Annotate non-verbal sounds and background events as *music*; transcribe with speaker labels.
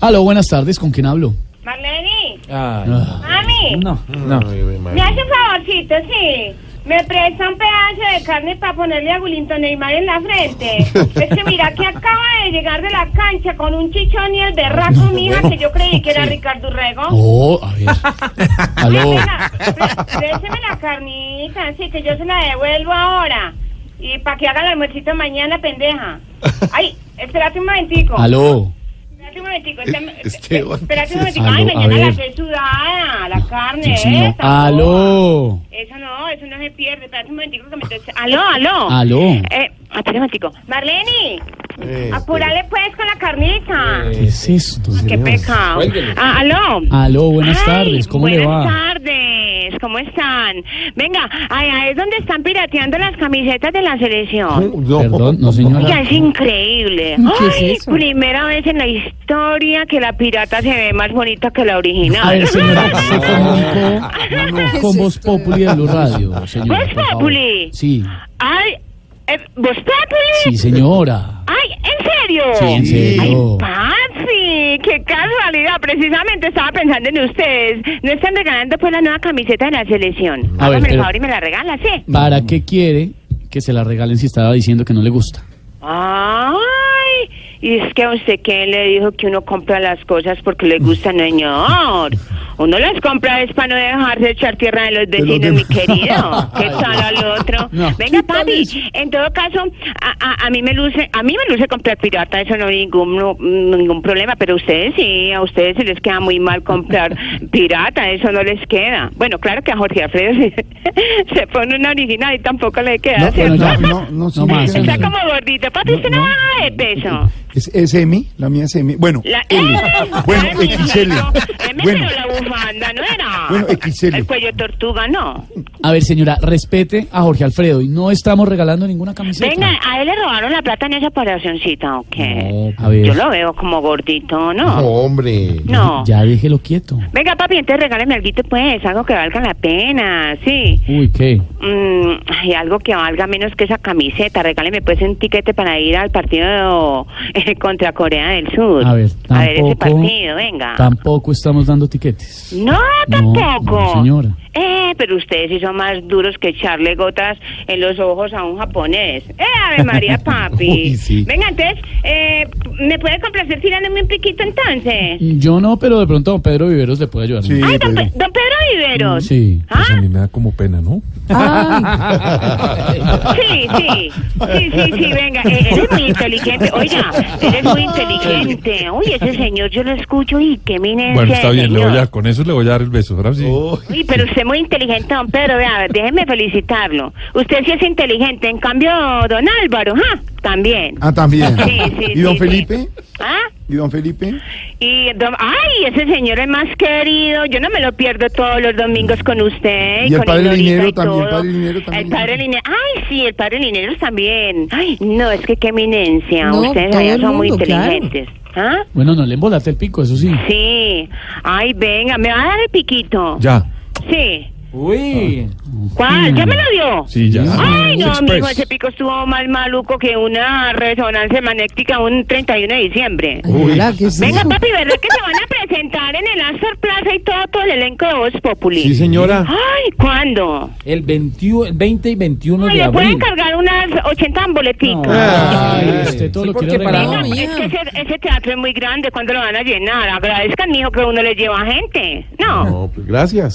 Speaker 1: Aló, buenas tardes, ¿con quién hablo?
Speaker 2: Marlene,
Speaker 3: Ay,
Speaker 2: mami,
Speaker 3: Ah. no, no.
Speaker 2: me hace un favorcito, sí. Me presta un pedazo de carne para ponerle a Willington Neymar en
Speaker 1: *laughs*
Speaker 2: la frente. Es que mira que acaba de llegar de la cancha con un chichón y el
Speaker 1: *laughs*
Speaker 2: berraco, mija, que yo creí que era Ricardo Urrego.
Speaker 1: Oh, a *laughs* ver. Aló.
Speaker 2: Mira, pré- Présteme la carnita, sí, que yo se la devuelvo ahora. Y para que haga el almuercito mañana, pendeja. Ay, espérate un momentico.
Speaker 1: Aló.
Speaker 2: Espérate un momentico. espérame-
Speaker 4: Esteban.
Speaker 2: Espérate un momentico.
Speaker 1: este Aló,
Speaker 2: Ay,
Speaker 1: a
Speaker 2: mañana la
Speaker 1: ver.
Speaker 2: estoy sudada, la carne
Speaker 1: Sí, no.
Speaker 2: esa,
Speaker 1: Aló.
Speaker 2: Eso no, eso no se pierde. Espérate un momentico que me estoy... Aló, aló.
Speaker 1: Aló. Este.
Speaker 2: Eh, espérate un momentico. Marlene,
Speaker 4: Eh,
Speaker 2: apurale pues con la carnita.
Speaker 1: ¿Qué es esto?
Speaker 2: Qué pecado. Ah, aló.
Speaker 1: Aló, buenas
Speaker 2: Ay,
Speaker 1: tardes, ¿cómo le va?
Speaker 2: Buenas tardes, ¿cómo están? Venga, allá es donde están pirateando las camisetas de la selección.
Speaker 4: No.
Speaker 1: Perdón, no
Speaker 2: Ya
Speaker 1: señora.
Speaker 2: es increíble. Ay, primera vez en la historia que la pirata se ve más bonita que la original.
Speaker 1: A ver,
Speaker 2: *laughs*
Speaker 1: señora, se comunicó con Voz Populi de Blue *laughs* Radio, señora.
Speaker 2: ¿Voz
Speaker 1: por favor.
Speaker 2: Populi?
Speaker 1: Sí,
Speaker 2: Ay, eh, ¿vos Populi?
Speaker 1: sí, señora.
Speaker 2: Ay, ¿en serio?
Speaker 1: Sí, en serio.
Speaker 2: Ay, papi, qué casualidad. Precisamente estaba pensando en ustedes. No están regalando pues la nueva camiseta de la selección.
Speaker 1: A ver,
Speaker 2: Hágame el
Speaker 1: pero-
Speaker 2: favor y me la regalas, ¿eh?
Speaker 1: ¿Para qué quiere que se la regalen si estaba diciendo que no le gusta?
Speaker 2: Ay, y es que a usted quién le dijo que uno compra las cosas porque le gustan, señor. Uno las compra es para no dejarse echar tierra de los vecinos, mi querido. ¿Qué tal al otro?
Speaker 1: No.
Speaker 2: Venga, papi, en todo caso, a, a, a mí me luce, a mí me luce comprar pirata, eso no hay ningún, no, ningún problema, pero ustedes sí, a ustedes se les queda muy mal comprar pirata, eso no les queda. Bueno, claro que a Jorge Alfredo *laughs* se, se pone una original y tampoco le queda,
Speaker 4: No,
Speaker 2: ¿cierto?
Speaker 1: Bueno, ya.
Speaker 4: no, no,
Speaker 1: No más,
Speaker 4: señora.
Speaker 2: Está
Speaker 1: señora.
Speaker 2: como gordito. Papi,
Speaker 4: No,
Speaker 2: usted no,
Speaker 4: no.
Speaker 2: baja de peso.
Speaker 4: Es, es M, la mía es M. Bueno,
Speaker 2: La,
Speaker 4: L. Bueno,
Speaker 2: Ay, mi
Speaker 4: XL.
Speaker 2: hijo, eh, me
Speaker 4: Bueno,
Speaker 2: quedó la bufanda, ¿no era?
Speaker 4: Bueno, XL.
Speaker 2: El cuello tortuga, no.
Speaker 1: A ver, señora, respete a Jorge Alfredo y no estamos regalando ninguna camiseta.
Speaker 2: Venga, a él le robaron la plata en esa operacioncita, ¿o qué?
Speaker 1: No, a ver.
Speaker 2: Yo lo veo como gordito,
Speaker 4: no,
Speaker 2: ¿no?
Speaker 4: hombre.
Speaker 2: No.
Speaker 1: Ya déjelo quieto.
Speaker 2: Venga, papi, entonces regáleme algo, pues, algo que valga la pena, sí.
Speaker 1: Uy, ¿qué?
Speaker 2: Mm, ay, algo que valga menos que esa camiseta. Regáleme pues un tiquete para ir al partido eh, contra Corea del Sur.
Speaker 1: A ver, tampoco.
Speaker 2: a ver ese partido, venga.
Speaker 1: Tampoco estamos dando tiquetes.
Speaker 2: No, tampoco.
Speaker 1: no, señora.
Speaker 2: Eh, pero ustedes sí son más duros que echarle gotas en los ojos a un japonés. Eh, Ave María, papi.
Speaker 4: Uy, sí.
Speaker 2: Venga, entonces, eh, ¿me puede complacer tirándome un piquito entonces?
Speaker 1: Yo no, pero de pronto don Pedro Viveros le puede ayudar.
Speaker 4: Sí,
Speaker 2: Ay, don,
Speaker 4: pero-
Speaker 2: Pe- don Pedro Viveros.
Speaker 1: Sí.
Speaker 2: ¿Ah?
Speaker 5: Pues me da como pena, ¿no?
Speaker 2: Sí, sí, sí, sí, sí, venga, eh, eres muy inteligente, oiga, eres muy inteligente, uy, ese señor yo lo escucho y qué minencia
Speaker 5: *laughs* Bueno,
Speaker 2: de
Speaker 5: está bien, le
Speaker 2: señor.
Speaker 5: voy a, con eso le voy a dar el beso. Ahora sí.
Speaker 4: Oh,
Speaker 2: Uy, pero usted es muy inteligente, don Pedro, vea, déjeme felicitarlo, usted sí es inteligente, en cambio, don Álvaro, ¿ah? También.
Speaker 4: Ah, también.
Speaker 2: Sí, sí,
Speaker 4: ¿Y don
Speaker 2: sí,
Speaker 4: Felipe?
Speaker 2: sí. ¿Ah?
Speaker 4: ¿Y don Felipe?
Speaker 2: Y don- ay, ese señor es más querido. Yo no me lo pierdo todos los domingos con usted.
Speaker 4: Y el
Speaker 2: con
Speaker 4: padre
Speaker 2: Lorita
Speaker 4: Linero
Speaker 2: y
Speaker 4: también,
Speaker 2: todo.
Speaker 4: padre Linero también.
Speaker 2: El padre Linero. Ay, sí, el padre Linero también. Ay, no, es que qué eminencia.
Speaker 6: No,
Speaker 2: Ustedes
Speaker 6: todo
Speaker 2: allá
Speaker 6: el
Speaker 2: son muy
Speaker 6: mundo, claro.
Speaker 2: inteligentes. ¿Ah?
Speaker 1: Bueno, no le embolate el pico, eso sí.
Speaker 2: Sí. Ay, venga, me va a dar el piquito.
Speaker 5: Ya.
Speaker 2: Sí.
Speaker 3: Uy.
Speaker 2: ¿Cuál? ¿Ya me lo dio?
Speaker 5: Sí, ya.
Speaker 2: Ay, no,
Speaker 5: Ah, Express.
Speaker 2: amigo, ese pico estuvo más maluco que una resonancia magnética un 31 de diciembre.
Speaker 5: Ah,
Speaker 6: Hola, ¿qué es
Speaker 2: Venga,
Speaker 6: eso?
Speaker 2: papi, ¿verdad que se van a presentar en el Astor Plaza y todo, todo el elenco de Voz Populi?
Speaker 5: Sí, señora.
Speaker 2: Ay, ¿cuándo?
Speaker 3: El, 21, el 20 y 21
Speaker 2: Ay,
Speaker 3: de
Speaker 2: le pueden
Speaker 3: abril.
Speaker 2: cargar unas 80 boleticas.
Speaker 1: Ay,
Speaker 5: Ay,
Speaker 1: usted todo
Speaker 3: sí,
Speaker 1: lo
Speaker 3: porque
Speaker 1: quiere
Speaker 3: para-
Speaker 1: regalar.
Speaker 6: No,
Speaker 2: Es que ese, ese teatro es muy grande, ¿cuándo lo van a llenar? Agradezcan, mijo, que uno les lleva gente. No.
Speaker 4: No, pues gracias.